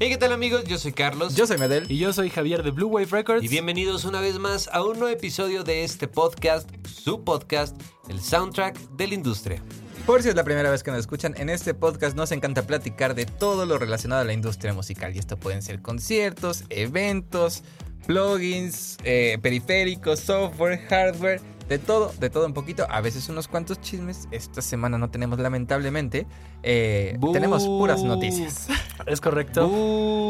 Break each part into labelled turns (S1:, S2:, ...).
S1: Hey, ¿qué tal amigos? Yo soy Carlos.
S2: Yo soy Medel.
S3: Y yo soy Javier de Blue Wave Records.
S1: Y bienvenidos una vez más a un nuevo episodio de este podcast, su podcast, el soundtrack de la industria.
S2: Por si es la primera vez que nos escuchan, en este podcast nos encanta platicar de todo lo relacionado a la industria musical. Y esto pueden ser conciertos, eventos, plugins, eh, periféricos, software, hardware, de todo, de todo un poquito. A veces unos cuantos chismes. Esta semana no tenemos, lamentablemente. eh,
S1: Bu-
S2: tenemos puras noticias.
S3: Es correcto.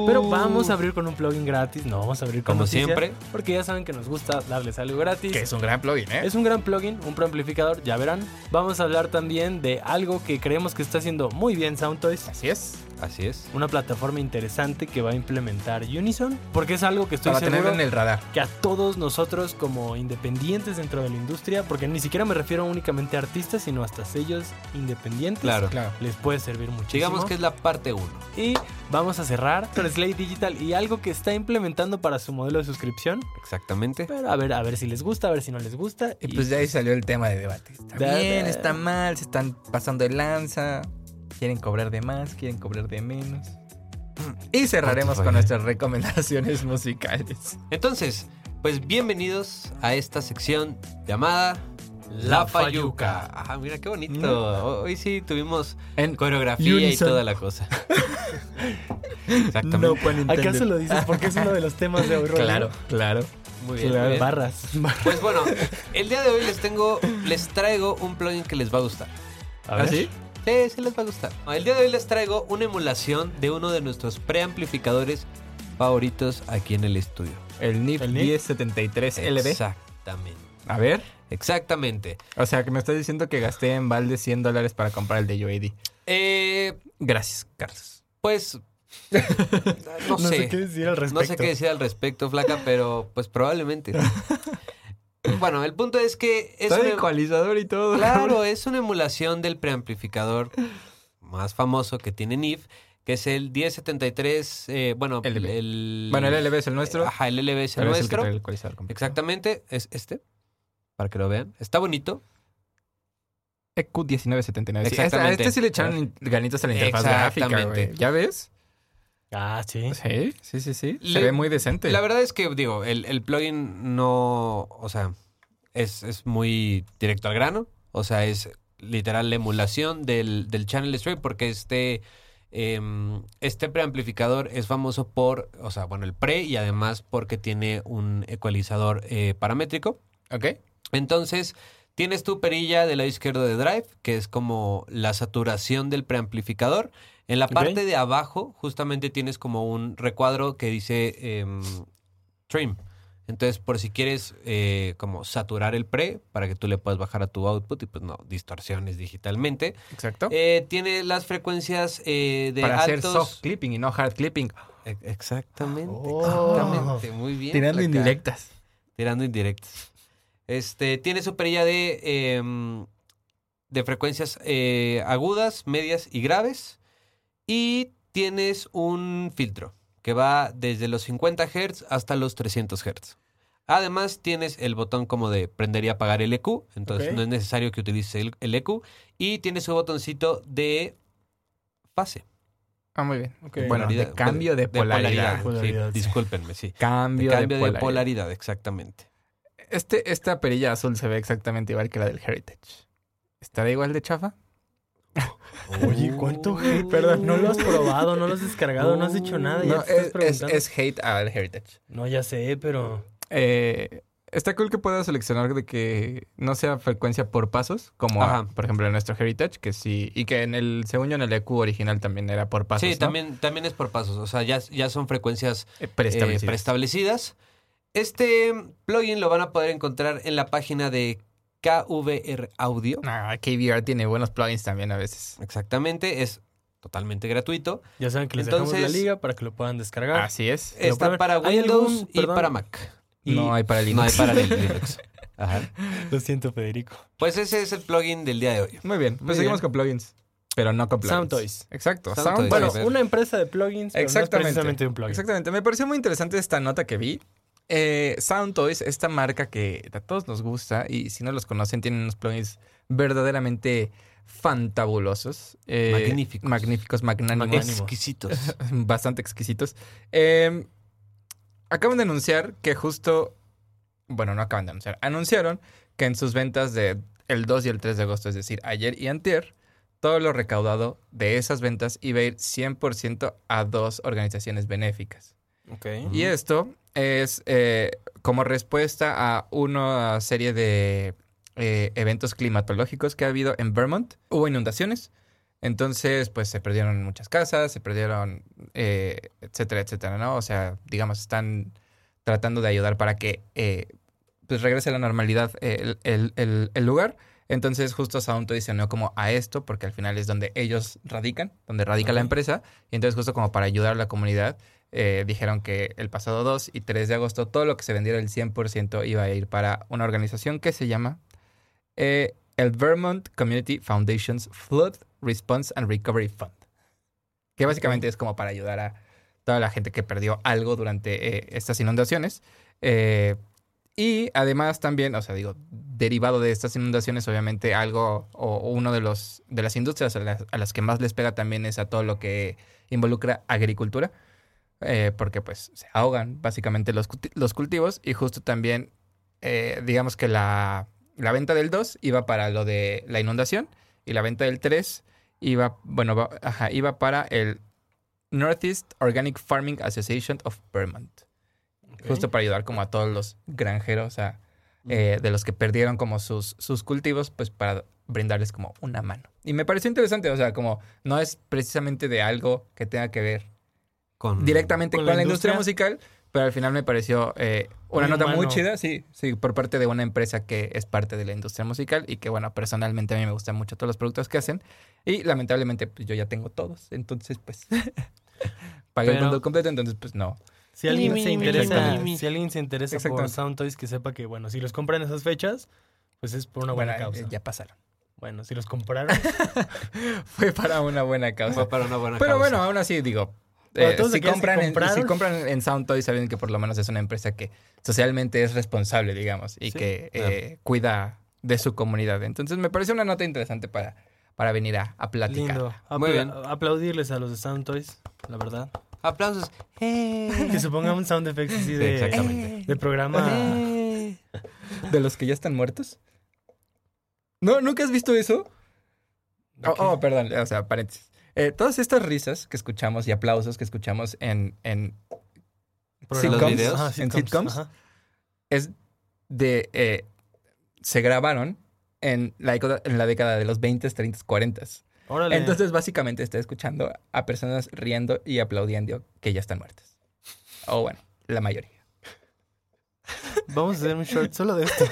S3: Pero vamos a abrir con un plugin gratis. No, vamos a abrir con
S1: Uh, Como
S3: noticia,
S1: siempre.
S3: Porque ya saben que nos gusta darles algo gratis.
S2: Que es un gran plugin, ¿eh?
S3: Es un gran plugin, un preamplificador, ya verán. Vamos a hablar también de algo que creemos que está haciendo muy bien Soundtoys.
S2: Así es.
S1: Así es.
S3: Una plataforma interesante que va a implementar Unison. Porque es algo que estoy
S2: Para
S3: seguro
S2: tenerlo en el radar.
S3: que a todos nosotros como independientes dentro de la industria, porque ni siquiera me refiero únicamente a artistas, sino hasta sellos independientes.
S1: Claro.
S2: Claro.
S3: Les puede servir muchísimo.
S1: Digamos que es la parte 1.
S3: Y vamos a cerrar con Slate Digital y algo que está implementando para su modelo de suscripción.
S1: Exactamente.
S3: Pero a ver, a ver si les gusta, a ver si no les gusta.
S2: Y pues de ahí salió el tema de debate. Está
S3: Da-
S2: bien,
S3: da-
S2: está mal, se están pasando de lanza. Quieren cobrar de más, quieren cobrar de menos. Y cerraremos
S1: Spotify.
S2: con nuestras recomendaciones musicales.
S1: Entonces, pues bienvenidos a esta sección llamada
S3: La
S1: La Fayuca. Ah, mira qué bonito. Ho- Hoy sí tuvimos
S2: En
S1: coreografía
S2: Unison.
S1: y toda la cosa. Exactamente.
S3: ¿Acaso lo dices? Porque es uno de los temas de hoy, Rodrigo.
S2: Claro, claro.
S1: Muy bien,
S3: Claro.
S1: muy bien.
S3: Barras. barras.
S1: Pues bueno, el día de hoy les tengo, les traigo un plugin que les va a gustar.
S3: A ver.
S2: ¿Así?
S1: Sí, sí les va a gustar. El día de hoy les traigo una emulación de uno de nuestros preamplificadores favoritos aquí en el estudio.
S2: El NIF
S3: ¿El NIF?
S2: 1073 LB.
S1: Exactamente.
S2: A ver.
S1: Exactamente.
S2: O sea, que me estás diciendo que gasté en balde 100 dólares para comprar el de UAD.
S1: Eh,
S2: Gracias, Carlos.
S1: pues, no,
S3: No sé qué decir al respecto.
S1: No sé qué decir al respecto, flaca, pero pues probablemente. Bueno, el punto es que es
S2: Todo
S1: una- em-,
S2: ecualizador y todo.
S1: claro, es una emulación del preamplificador más famoso que tiene NIF, que es el 1073, eh, bueno,
S2: LB.
S1: el
S2: Bueno, el LB es el nuestro.
S1: Ajá, el LB es el
S2: pero es el que
S1: nuestro.
S2: trae el ecualizador completo.
S1: Exactamente, es este. Para que lo vean. Está bonito.
S2: E EQ1979. Sí,
S1: Exactamente.
S2: a este sí le echaron ganitas a la interfaz gráfica,
S1: Exactamente.
S2: güey. ¿Ya ves?
S3: Ah, sí.
S2: Sí, sí, sí, sí. Se
S1: Le-
S2: ve muy decente.
S1: La verdad es que, digo, el, el plugin no. O sea, es, es muy directo al grano. O sea, es literal la emulación del, del Channel Straight, porque este. em, este preamplificador es famoso por, o sea, bueno, el pre y además porque tiene un ecualizador eh, paramétrico.
S2: Ok.
S1: Entonces, tienes tu perilla del lado izquierdo de drive, que es como la saturación del preamplificador. En la
S3: Ok.
S1: parte de abajo, justamente tienes como un recuadro que dice em, trim. Entonces, por si quieres eh, como saturar el pre para que tú le puedas bajar a tu output y pues no, distorsiones digitalmente.
S2: Exacto.
S1: Eh, tiene las frecuencias eh, de
S2: Para hacer
S1: altos.
S2: soft clipping y no hard clipping.
S1: E- Exactamente,
S3: Oh.
S1: exactamente. Muy bien.
S2: Ah, Tirando
S1: flaca.
S2: indirectas.
S1: Tirando indirectas. Este, tiene su perilla de, em, de frecuencias eh, agudas, medias y graves. Y tienes un filtro que va desde los 50 Hz hasta los 300 Hz. Además, tienes el botón como de prender y apagar el EQ. Entonces,
S3: Ok.
S1: no es necesario que utilice el, el EQ. Y tiene su botoncito de fase.
S2: Ah, muy bien.
S3: Ok.
S2: Bueno, de cambio de, polaridad.
S3: Polaridad,
S1: sí,
S3: sí.
S1: discúlpenme, sí. De
S2: Cambio,
S1: cambio
S2: de polaridad.
S1: exactamente.
S2: Este, esta perilla azul se ve exactamente igual que la del Heritage. ¿Está de igual de chafa?
S3: Oye, ¿cuánto hate? Perdón, no lo has probado, no lo has descargado, no has hecho nada. Ah, ya
S2: No,
S3: te estás
S2: es, es-
S3: preguntando.
S2: es hate al Heritage.
S3: No, ya sé, pero.
S2: Eh, está cool que puedas seleccionar de que no sea frecuencia por pasos, como
S1: Ajá.
S2: ah, por ejemplo en nuestro Heritage, que sí, y que en el, según yo, en el EQ original también era por pasos.
S1: sí,
S2: ¿no?
S1: también, también es por pasos. O sea, ya, ya son frecuencias
S2: Eh,
S1: eh,
S2: preestablecidas.
S1: preestablecidas. Este plugin lo van a poder encontrar en la página de KVR Audio.
S2: Ah, KVR tiene buenos plugins también a veces.
S1: Exactamente, es totalmente gratuito.
S3: Ya saben que les dejamos
S1: Entonces-
S3: la liga para que lo puedan descargar.
S2: Así es.
S3: Lo
S1: Está
S3: prueben.
S1: para
S3: ¿Hay
S1: Windows
S3: algún-
S1: y
S3: perdón?
S1: para Mac.
S3: Y-
S2: No hay para
S1: No hay
S2: Linux.
S1: para Linux. Ajá.
S3: Lo siento, Federico.
S1: Pues ese es el plugin del día de hoy.
S2: Muy bien, pues
S3: Muy
S2: seguimos con
S3: bien.
S2: plugins, pero no con plugins.
S3: Soundtoys.
S2: Exacto,
S1: Soundtoys.
S2: Soundtoys.
S3: Bueno,
S1: a ver.
S3: una empresa de plugins, pero no es
S2: Exactamente.
S3: precisamente un plugin.
S2: Exactamente. Me pareció muy interesante esta nota que vi. Eh, Soundtoys, esta marca que a todos nos gusta y si no los conocen, tienen unos plugins verdaderamente fantabulosos. eh,
S1: Magníficos.
S2: Magníficos, magnánimos.
S1: Exquisitos.
S2: bastante exquisitos. Eh, acaban de anunciar que justo, bueno, no acaban de anunciar, anunciaron que en sus ventas de el 2 y el 3 de agosto, es decir, ayer y antier, todo lo recaudado de esas ventas iba a ir 100% a dos organizaciones benéficas.
S3: Ok.
S2: Y esto es eh, como respuesta a una serie de eh, eventos climatológicos que ha habido en Vermont. Hubo inundaciones. Entonces, pues se perdieron muchas casas, se perdieron, eh, etcétera, etcétera, ¿no? O sea, digamos, están tratando de ayudar para que eh, pues regrese a la normalidad el, el- el- el lugar. Entonces, justo Sound adicionó como a esto, porque al final es donde ellos radican, donde radica la
S3: Ok.
S2: empresa. Y entonces, justo como para ayudar a la comunidad, eh, dijeron que el pasado 2 y 3 de agosto todo lo que se vendiera el 100% iba a ir para una organización que se llama eh, el Vermont Community Foundation's Flood Response and Recovery Fund, que básicamente es como para ayudar a toda la gente que perdió algo durante eh, estas inundaciones. Eh, y además también, o sea, digo, derivado de estas inundaciones, obviamente algo o, o uno de los de las industrias a las, a las que más les pega también es a todo lo que involucra agricultura, eh, porque pues se ahogan básicamente los, culti- los cultivos y justo también, eh, digamos que la, la venta del 2 iba para lo de la inundación y la venta del 3 iba, bueno, va- ajá, iba para el Northeast Organic Farming Association of Vermont justo para ayudar como a todos los granjeros a, eh, de los que perdieron como sus, sus cultivos, pues para brindarles como una mano. Y me pareció interesante, o sea, como no es precisamente de algo que tenga que ver
S1: Con-
S2: directamente con,
S3: Con
S2: la,
S3: la
S2: industria?
S3: industria.
S2: musical, pero al final me pareció eh, una
S3: Muy
S2: nota muy
S3: humano.
S2: chida, sí, sí, por parte de una empresa que es parte de la industria musical y que, bueno, personalmente a mí me gustan mucho todos los productos que hacen y lamentablemente pues, yo ya tengo todos, entonces pues pagué el
S3: Pero-
S2: mundo completo, entonces pues no.
S3: Si alguien
S1: Mi,
S3: se
S1: mi, mi,
S3: interesa,
S1: mi, mi.
S3: si alguien se interesa por
S2: Exactamente.
S3: Sound Toys, que sepa que, bueno, si los compran esas fechas, pues es por una buena
S2: Bueno, eh,
S3: causa.
S2: ya pasaron.
S3: Bueno, si los compraron,
S2: Fue para una buena causa.
S1: Fue para una buena
S2: Pero
S1: causa.
S2: bueno, aún así, digo.
S3: Para
S2: eh,
S3: todos
S2: si,
S3: aquellos que
S2: compran en, si
S3: compraron.
S2: compran en Sound Toys, saben que por lo menos es una empresa que socialmente es responsable, digamos, y
S3: Sí,
S2: que
S1: claro.
S2: eh, cuida de su comunidad. Entonces, me parece una nota interesante para, para venir a, a platicar.
S3: lindo. Apla-
S1: Muy bien.
S3: Aplaudirles a los de Sound Toys, la verdad.
S1: Aplausos. Eh.
S3: Que se ponga un sound effect así de,
S1: exactamente.
S3: de programa.
S2: Ah. ¿De los que ya están muertos? ¿No? ¿Nunca has visto eso? Oh, oh, perdón, o sea, paréntesis. Eh, todas estas risas que escuchamos y aplausos que escuchamos en, en
S3: Programas.
S1: ¿Los videos?
S3: Ajá,
S2: ¿En sitcoms?
S3: Ah, ajá.
S2: es de. eh, se grabaron en la, década- en la década de los 20, 30, 40.
S3: Órale.
S2: Entonces, básicamente, está escuchando a personas riendo y aplaudiendo que ya están muertas. O bueno, la mayoría.
S3: Vamos a hacer un short solo de esto.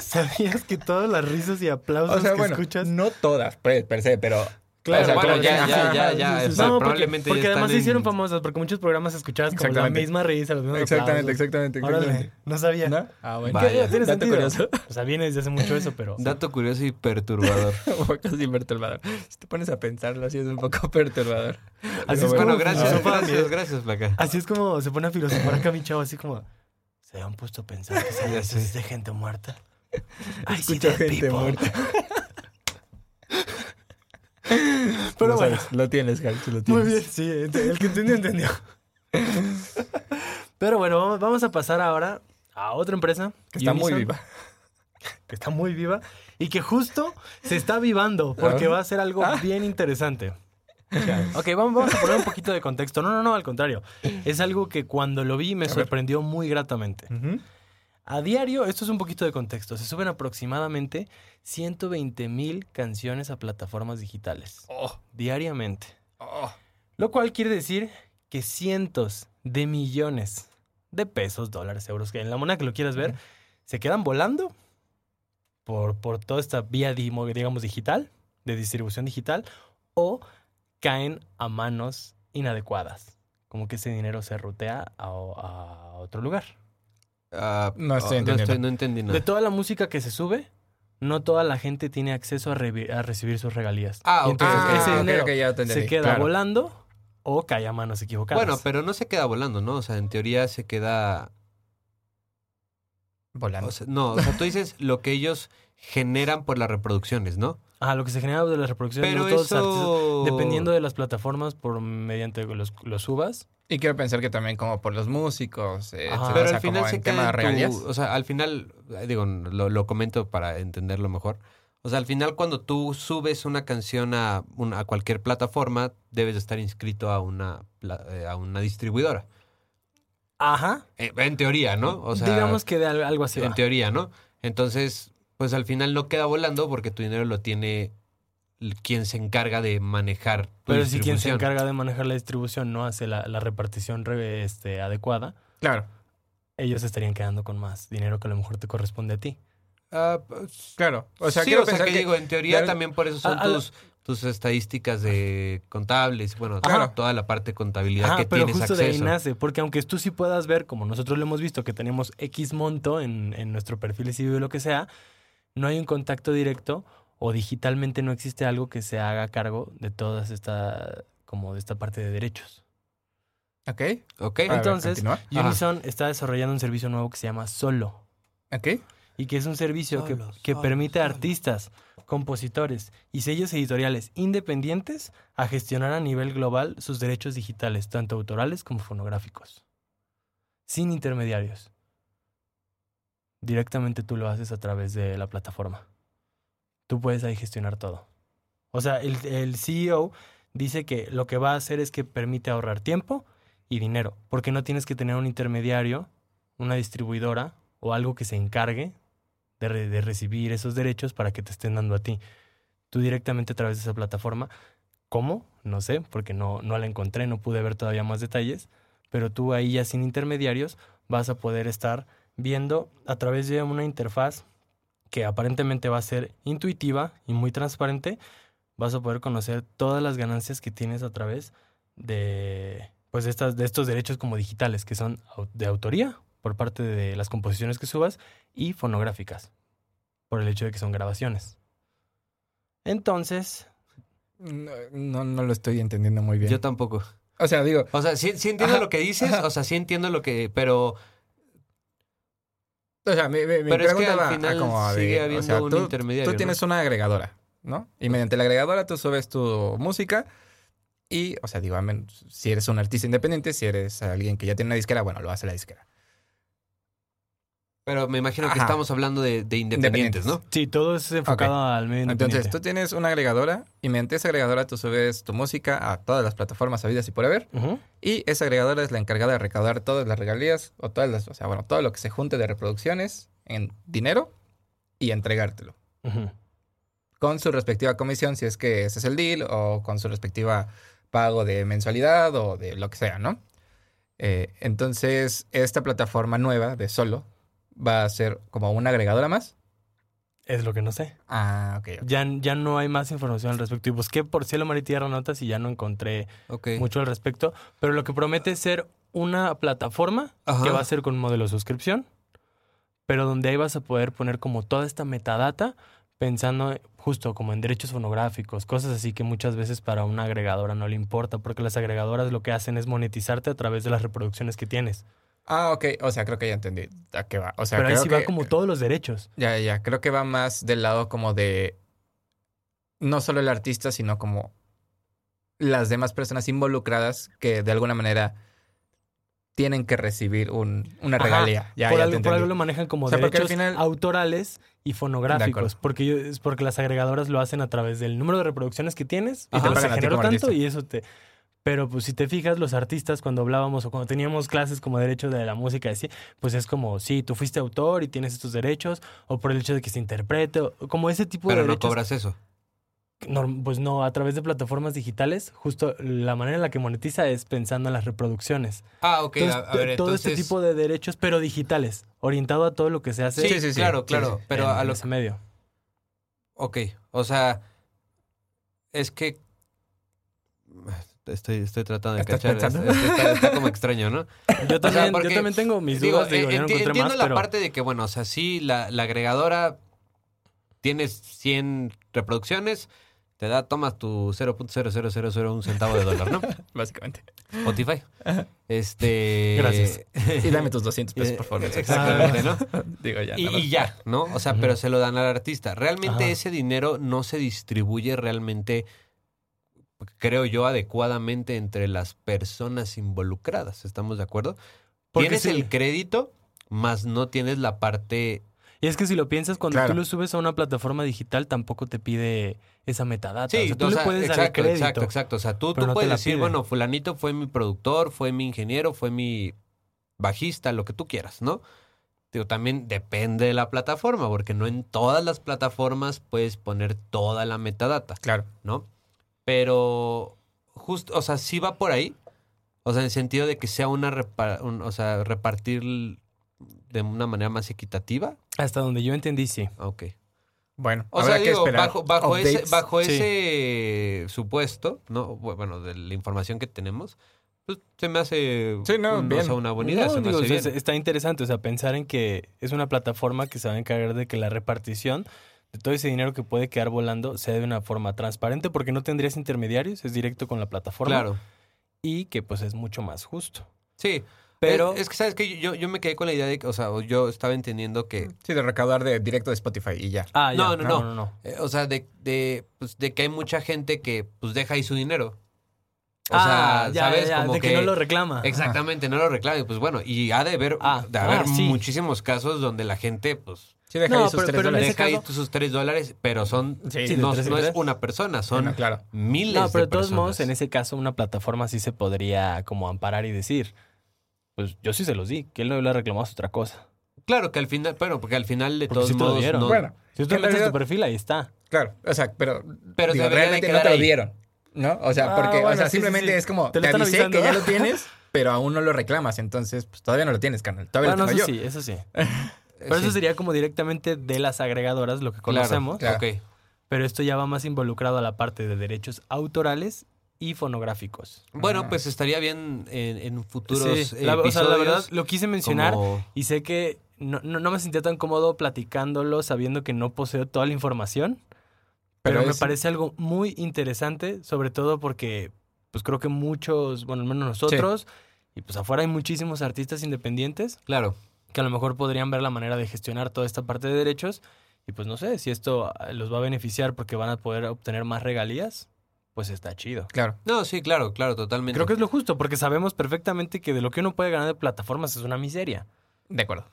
S3: ¿Sabías que todas las risas y aplausos
S2: O sea,
S3: que
S2: bueno,
S3: escuchas?
S2: no todas, pues, per se, pero.
S1: Claro,
S2: o sea,
S1: bueno,
S2: como
S1: ya,
S2: que-
S1: ya,
S2: ajá,
S1: ya,
S2: sí,
S1: ya.
S2: sí, sí.
S1: o sea,
S3: No, porque,
S1: probablemente ya
S3: porque además
S1: están
S3: se hicieron
S1: en-
S3: famosas, porque muchos programas escuchabas como la
S2: Exactamente.
S3: misma risa, los mismos
S2: Exactamente,
S3: aplausos.
S2: exactamente,
S3: Órale,
S2: exactamente.
S3: no sabía.
S2: ¿No? Ah, bueno.
S1: Vaya.
S2: Tiene
S3: Dato
S2: sentido.
S3: curioso. O sea, viene desde hace mucho eso, pero...
S1: Dato curioso y perturbador.
S2: Un poco así perturbador. Si te pones a pensarlo así, es un poco perturbador.
S3: Así
S2: Pero
S3: es
S1: bueno,
S3: como
S1: gracias,
S3: filosofar,
S1: gracias, gracias, Placa.
S3: Así es como se pone a filosofar acá mi chavo, así como... Se han puesto a pensar que son
S1: Ya sé.
S3: risas de gente muerta. Ay, sí,
S2: Escucho
S3: dead
S2: gente
S3: people.
S2: muerta.
S3: Pero
S2: Lo
S3: bueno.
S2: sabes, lo tienes, Jax, lo tienes.
S3: Muy bien, sí, ent- el que entendió, entendió. Pero bueno, vamos, vamos a pasar ahora a otra empresa.
S2: Que está muy
S3: Unison,
S2: viva.
S3: Que está muy viva y que justo se está avivando porque
S2: Ah.
S3: va a ser algo bien interesante. Ok, vamos, vamos a poner un poquito de contexto. No, no, no, al contrario. Es algo que cuando lo vi me
S2: ver.
S3: sorprendió muy gratamente. A diario, esto es un poquito de contexto, se suben aproximadamente 120 mil canciones a plataformas digitales.
S2: Oh,
S3: Diariamente.
S2: oh.
S3: Lo cual quiere decir que cientos de millones de pesos, dólares, euros, que en la moneda que lo quieras ver,
S2: Ujú.
S3: se quedan volando por, por toda esta vía, dimo- digamos, digital, de distribución digital, o caen a manos inadecuadas. Como que ese dinero se rutea a, o- a otro lugar.
S1: Ah,
S2: No estoy
S1: oh,
S2: entendiendo.
S1: no entendí nada.
S3: De toda la música que se sube, no toda la gente tiene acceso a, revi- a recibir sus regalías.
S1: Ah, ok,
S3: Y entonces
S1: ok,
S3: ese
S1: ok,
S3: dinero
S2: ok, ya te entendí,
S3: se queda
S2: claro.
S3: volando o cae a manos equivocadas.
S1: Bueno, pero no se queda volando, ¿no? O sea, en teoría se queda
S2: Volando.
S1: O sea, no, o sea, tú dices lo que ellos generan por las reproducciones, ¿no?
S3: Ah, lo que se genera de las reproducciones
S1: Pero
S3: de todos los artistas.
S1: eso...
S3: Dependiendo de las plataformas por mediante los, los subas.
S2: y quiero pensar que también como por los músicos, eh, etcétera,
S3: Ajá.
S1: Pero
S2: o sea,
S1: al final
S2: como
S1: se
S2: en
S1: cae
S2: tema de
S1: en tu-
S2: regalías.
S1: O sea, al final, eh, digo, lo, lo comento para entenderlo mejor. O sea, al final cuando tú subes una canción a, una- a cualquier plataforma, debes de estar inscrito a una, pla- eh, a una distribuidora.
S3: Ajá.
S1: Eh, En teoría, ¿no? O sea,
S3: Digamos que de al- algo así.
S1: en
S3: va.
S1: teoría, ¿no? Entonces, pues al final no queda volando porque tu dinero lo tiene l- quien se encarga de manejar tu
S3: Pero si quien se
S1: distribución.
S3: encarga de manejar la distribución no hace la, la repartición re- este, adecuada,
S2: Claro,
S3: ellos estarían quedando con más dinero que a lo mejor te corresponde a ti.
S1: Ah, pues,
S2: claro. O sea,
S1: sí,
S2: quiero
S1: o sea,
S2: pensar
S1: que,
S2: que,
S1: digo, en teoría
S2: de- Ah,
S1: también por eso son
S3: a- a-
S1: tus, tus estadísticas de contables, bueno,
S2: Claro.
S1: toda la parte de
S2: Ah,
S1: contabilidad
S3: Ajá,
S1: que
S3: Ah, pero
S1: tienes
S3: justo de ahí
S1: acceso.
S3: nace, porque aunque tú sí puedas ver, como nosotros lo hemos visto, que tenemos X monto en, en nuestro perfil civil o lo que sea, no hay un contacto directo o digitalmente no existe algo que se haga cargo de toda esta, como de esta parte de derechos.
S2: Ok.
S1: Ok.
S2: A ver,
S3: Entonces,
S2: continúa.
S1: Ajá.
S3: Unison está desarrollando un servicio nuevo que se llama Solo.
S2: Ok.
S3: y que es un servicio que,
S1: Solo,
S3: que
S1: solo,
S3: permite a
S1: solo.
S3: artistas, compositores y sellos editoriales independientes a gestionar a nivel global sus derechos digitales, tanto autorales como fonográficos, sin intermediarios. Directamente tú lo haces a través de la plataforma. Tú puedes ahí gestionar todo. O sea, el, el CEO dice que lo que va a hacer es que permite ahorrar tiempo y dinero, porque no tienes que tener un intermediario, una distribuidora o algo que se encargue de, re- de recibir esos derechos para que te estén dando a ti. Tú directamente a través de esa plataforma. ¿Cómo? No sé, porque no, no la encontré, no pude ver todavía más detalles, pero tú ahí ya sin intermediarios vas a poder estar viendo a través de una interfaz que aparentemente va a ser intuitiva y muy transparente, vas a poder conocer todas las ganancias que tienes a través de, pues, de estas, de estos derechos como digitales, que son au- de autoría por parte de las composiciones que subas y fonográficas, por el hecho de que son grabaciones. Entonces,
S2: No, no, no lo estoy entendiendo muy bien.
S1: Yo tampoco.
S2: o sea, digo,
S1: O sea, sí, sí entiendo
S2: Ajá,
S1: lo que dices,
S2: ajá.
S1: o sea, sí entiendo lo que, pero
S2: o sea, mi, mi- mi
S1: Pero es que
S2: pregunta
S1: al
S2: va a
S1: final
S2: como a de-
S1: sigue
S2: o
S1: habiendo
S2: sea,
S1: un
S2: tú-
S1: intermediario.
S2: Tú tienes una agregadora, ¿no? Y mediante la agregadora tú subes tu música y, o sea, digo, a men- si eres un artista independiente, si eres alguien que ya tiene una disquera, bueno, lo hace la disquera.
S1: ¿no? Pero me imagino que
S2: Ajá.
S1: estamos hablando de, de independientes, ¿no?
S3: sí, todo es enfocado al medio
S2: Entonces,
S3: independiente.
S2: tú tienes una agregadora y mediante esa agregadora tú subes tu música a todas las plataformas habidas y por haber
S3: Ujú.
S2: y esa agregadora es la encargada de recaudar todas las regalías o todas las, o sea, bueno, todo lo que se junte de reproducciones en dinero y entregártelo.
S3: Ujú.
S2: con su respectiva comisión, si es que ese es el deal, o con su respectiva pago de mensualidad o de lo que sea, ¿no? Eh, entonces, esta plataforma nueva de Solo va a ser como una agregadora más.
S3: Es lo que no sé.
S2: Ah, ok. ok.
S3: Ya, ya no hay más información al respecto. Y busqué por cielo, mar y tierra notas y ya no encontré
S1: Ok.
S3: mucho al respecto. Pero lo que promete es ser una plataforma
S1: Ajá.
S3: que va a ser con un modelo de suscripción, pero donde ahí vas a poder poner como toda esta metadata pensando justo como en derechos fonográficos, cosas así que muchas veces para una agregadora no le importa, porque las agregadoras lo que hacen es monetizarte a través de las reproducciones que tienes.
S2: Ah, ok. O sea, creo que ya entendí a qué va. O sea,
S3: pero ahí
S2: creo
S3: sí
S2: que-
S3: va como todos los derechos.
S2: Ya, ya, ya. Creo que va más del lado como de... No solo el artista, sino como las demás personas involucradas que de alguna manera tienen que recibir un, una
S3: Ajá.
S2: regalía. Ya, ya
S3: por,
S2: te
S3: algo, por
S2: entendí.
S3: algo lo manejan como
S2: O sea, porque al
S3: derechos
S2: final-
S3: autorales y
S2: De
S3: fonográficos,
S2: acuerdo.
S3: porque, yo- es porque las agregadoras lo hacen a través del número de reproducciones que tienes y
S1: Ajá.
S3: te vas a
S2: Pagan a ti
S3: generar
S2: como
S3: tanto
S2: artista.
S3: y eso te... Pero pues si te fijas, los artistas cuando hablábamos o cuando teníamos clases como derecho de la música, así, pues es como, sí, tú fuiste autor y tienes estos derechos, o por el hecho de que se interprete, o- como ese tipo
S1: Pero
S3: de
S1: no
S3: derechos.
S1: cobras eso.
S3: Norm- pues no, a través de plataformas digitales, justo la manera en la que monetiza es pensando en las reproducciones.
S1: Ah, ok.
S3: Entonces, todo este tipo de derechos, pero digitales, orientado a todo lo que se hace
S1: Sí,
S2: Sí, sí, sí.
S1: claro,
S2: Sí,
S1: claro.
S2: sí.
S1: Pero a lo
S3: los medio.
S1: Ok, o sea, es que estoy, estoy tratando de
S2: Estás
S1: cachar.
S2: pensando.
S1: es- es que está, está como extraño, ¿no?
S3: Yo
S1: sea,
S3: también,
S1: porque-
S3: yo también tengo mis
S1: Digo,
S3: dudas, digo,
S1: eh,
S3: yo no
S1: enti-
S3: encontré
S1: entiendo
S3: más,
S1: la
S3: pero
S1: parte de que, bueno, o sea, sí, la, la agregadora tienes 100 reproducciones, te da, tomas tu 0.00001 centavo de dólar, ¿no?
S2: básicamente.
S1: Spotify. Este.
S3: Gracias.
S2: Y dame tus 200 pesos, por favor.
S1: Exactamente, ¿no?
S2: Digo ya.
S1: Y,
S2: nada más.
S1: y ya, ¿no? O sea,
S3: Ujú.
S1: pero se lo dan al artista. Realmente
S3: Ajá.
S1: ese dinero no se distribuye realmente, creo yo, adecuadamente entre las personas involucradas. ¿Estamos de acuerdo?
S3: Porque
S1: tienes
S3: sí.
S1: el crédito, más no tienes la parte.
S3: Y es que si lo piensas, cuando
S2: Claro.
S3: tú lo subes a una plataforma digital, tampoco te pide esa metadata.
S1: Sí,
S3: o sea, tú
S1: o
S3: le
S1: sea,
S3: puedes dar el
S1: exacto,
S3: crédito.
S1: exacto, exacto. O sea, tú,
S3: pero
S1: tú
S3: no te
S1: puedes
S3: la
S1: decir,
S3: pide.
S1: bueno, fulanito fue mi productor, fue mi ingeniero, fue mi bajista, lo que tú quieras, ¿no? Digo, también depende de la plataforma, porque no en todas las plataformas puedes poner toda la metadata.
S2: Claro.
S1: ¿no? Pero justo, o sea, sí va por ahí. O sea, en el sentido de que sea una repa- un- o sea, repartir l- de una manera más equitativa.
S3: Hasta donde yo entendí, sí.
S1: Ah, Ok.
S2: Bueno,
S1: O
S2: habrá
S1: sea,
S2: que
S1: digo,
S2: esperar.
S1: bajo, bajo ese,
S2: updates.
S1: bajo
S3: Sí.
S1: ese supuesto, ¿no? Bu- Bueno, de la información que tenemos, pues se me hace
S2: Sí, no,
S1: un-
S2: bien.
S1: o sea, una buena idea.
S3: No,
S1: se me
S3: digo,
S1: hace
S3: o sea,
S1: bien.
S3: Está interesante, o sea, pensar en que es una plataforma que se va a encargar de que la repartición de todo ese dinero que puede quedar volando sea de una forma transparente, porque no tendrías intermediarios, es directo con la plataforma.
S1: Claro.
S3: Y que pues es mucho más justo.
S1: Sí.
S3: Pero-
S1: Pero es, es que, ¿sabes que yo, yo me quedé con la idea de que, o sea, yo estaba entendiendo que
S2: Sí, de recaudar de directo de Spotify y ya.
S3: Ah,
S1: No, no, no.
S3: no,
S1: Eh, o sea, de, de, pues, de que hay mucha gente que pues deja ahí su dinero. O
S3: ah,
S1: sea,
S3: ya,
S1: ¿sabes?
S3: ya,
S1: Como
S3: de que, no lo reclama.
S1: Exactamente, no lo reclame. Pues bueno, y ha de haber,
S3: Ah,
S1: de haber
S3: ah, sí.
S1: muchísimos casos donde la gente, pues,
S2: Sí, deja ahí
S3: No,
S2: sus
S3: pero-
S2: tres
S3: pero en
S2: dólares.
S3: ese
S1: deja ahí
S3: caso-
S1: sus tres dólares, pero son.
S2: Sí,
S3: Sí, de
S1: no,
S3: tres en
S1: no es
S3: tres.
S1: una persona, son
S2: Bueno, claro.
S1: miles de
S3: No, pero de todos
S1: personas.
S3: modos, en ese caso, una plataforma sí se podría como amparar y decir, pues yo sí se los di, que él no le ha reclamado es otra cosa.
S1: Claro que al final, bueno, porque al final de
S3: Porque
S1: todos
S3: sí te lo
S1: modos.
S3: dieron.
S1: no-
S2: Bueno,
S3: Si tú
S2: Que en
S3: metes
S2: realidad-
S3: tu perfil, ahí está.
S2: claro. O sea, pero,
S1: Pero
S2: digo,
S1: debería de
S2: realmente no
S1: quedar
S2: te lo
S1: ahí.
S2: dieron, ¿no? O sea,
S3: Ah,
S2: porque, o
S3: bueno,
S2: sea,
S3: sí, sí,
S2: simplemente
S3: sí.
S2: es como,
S3: Te
S2: te,
S3: lo están
S2: avisé que
S3: avisando.
S2: ya lo tienes, pero aún no lo reclamas. Entonces, pues todavía no lo tienes, carnal. Todavía
S3: Bueno,
S2: lo tengo
S3: eso
S2: yo.
S3: sí, eso sí.
S1: eh,
S3: Pero eso
S1: sí,
S3: sería como directamente de las agregadoras, lo que
S1: claro,
S3: conocemos.
S2: claro.
S1: ok.
S3: Pero esto ya va más involucrado a la parte de derechos autorales y fonográficos.
S1: Bueno,
S2: Ah.
S1: pues estaría bien en, en futuros.
S3: Sí, la- o sea, la verdad, lo quise mencionar
S1: como-
S3: y sé que no, no- no me sentía tan cómodo platicándolo sabiendo que no poseo toda la información. Pero,
S2: Pero
S3: me
S2: es-
S3: parece algo muy interesante, sobre todo porque pues creo que muchos, bueno, al menos nosotros, y pues afuera hay muchísimos artistas independientes
S1: Claro.
S3: que a lo mejor podrían ver la manera de gestionar toda esta parte de derechos y pues no sé si esto eh, los va a beneficiar porque van a poder obtener más regalías, pues está chido.
S2: Claro.
S1: No, sí, claro, claro, totalmente.
S3: Creo que es lo justo porque sabemos perfectamente que de lo que uno puede ganar de plataformas es una miseria.
S2: De acuerdo.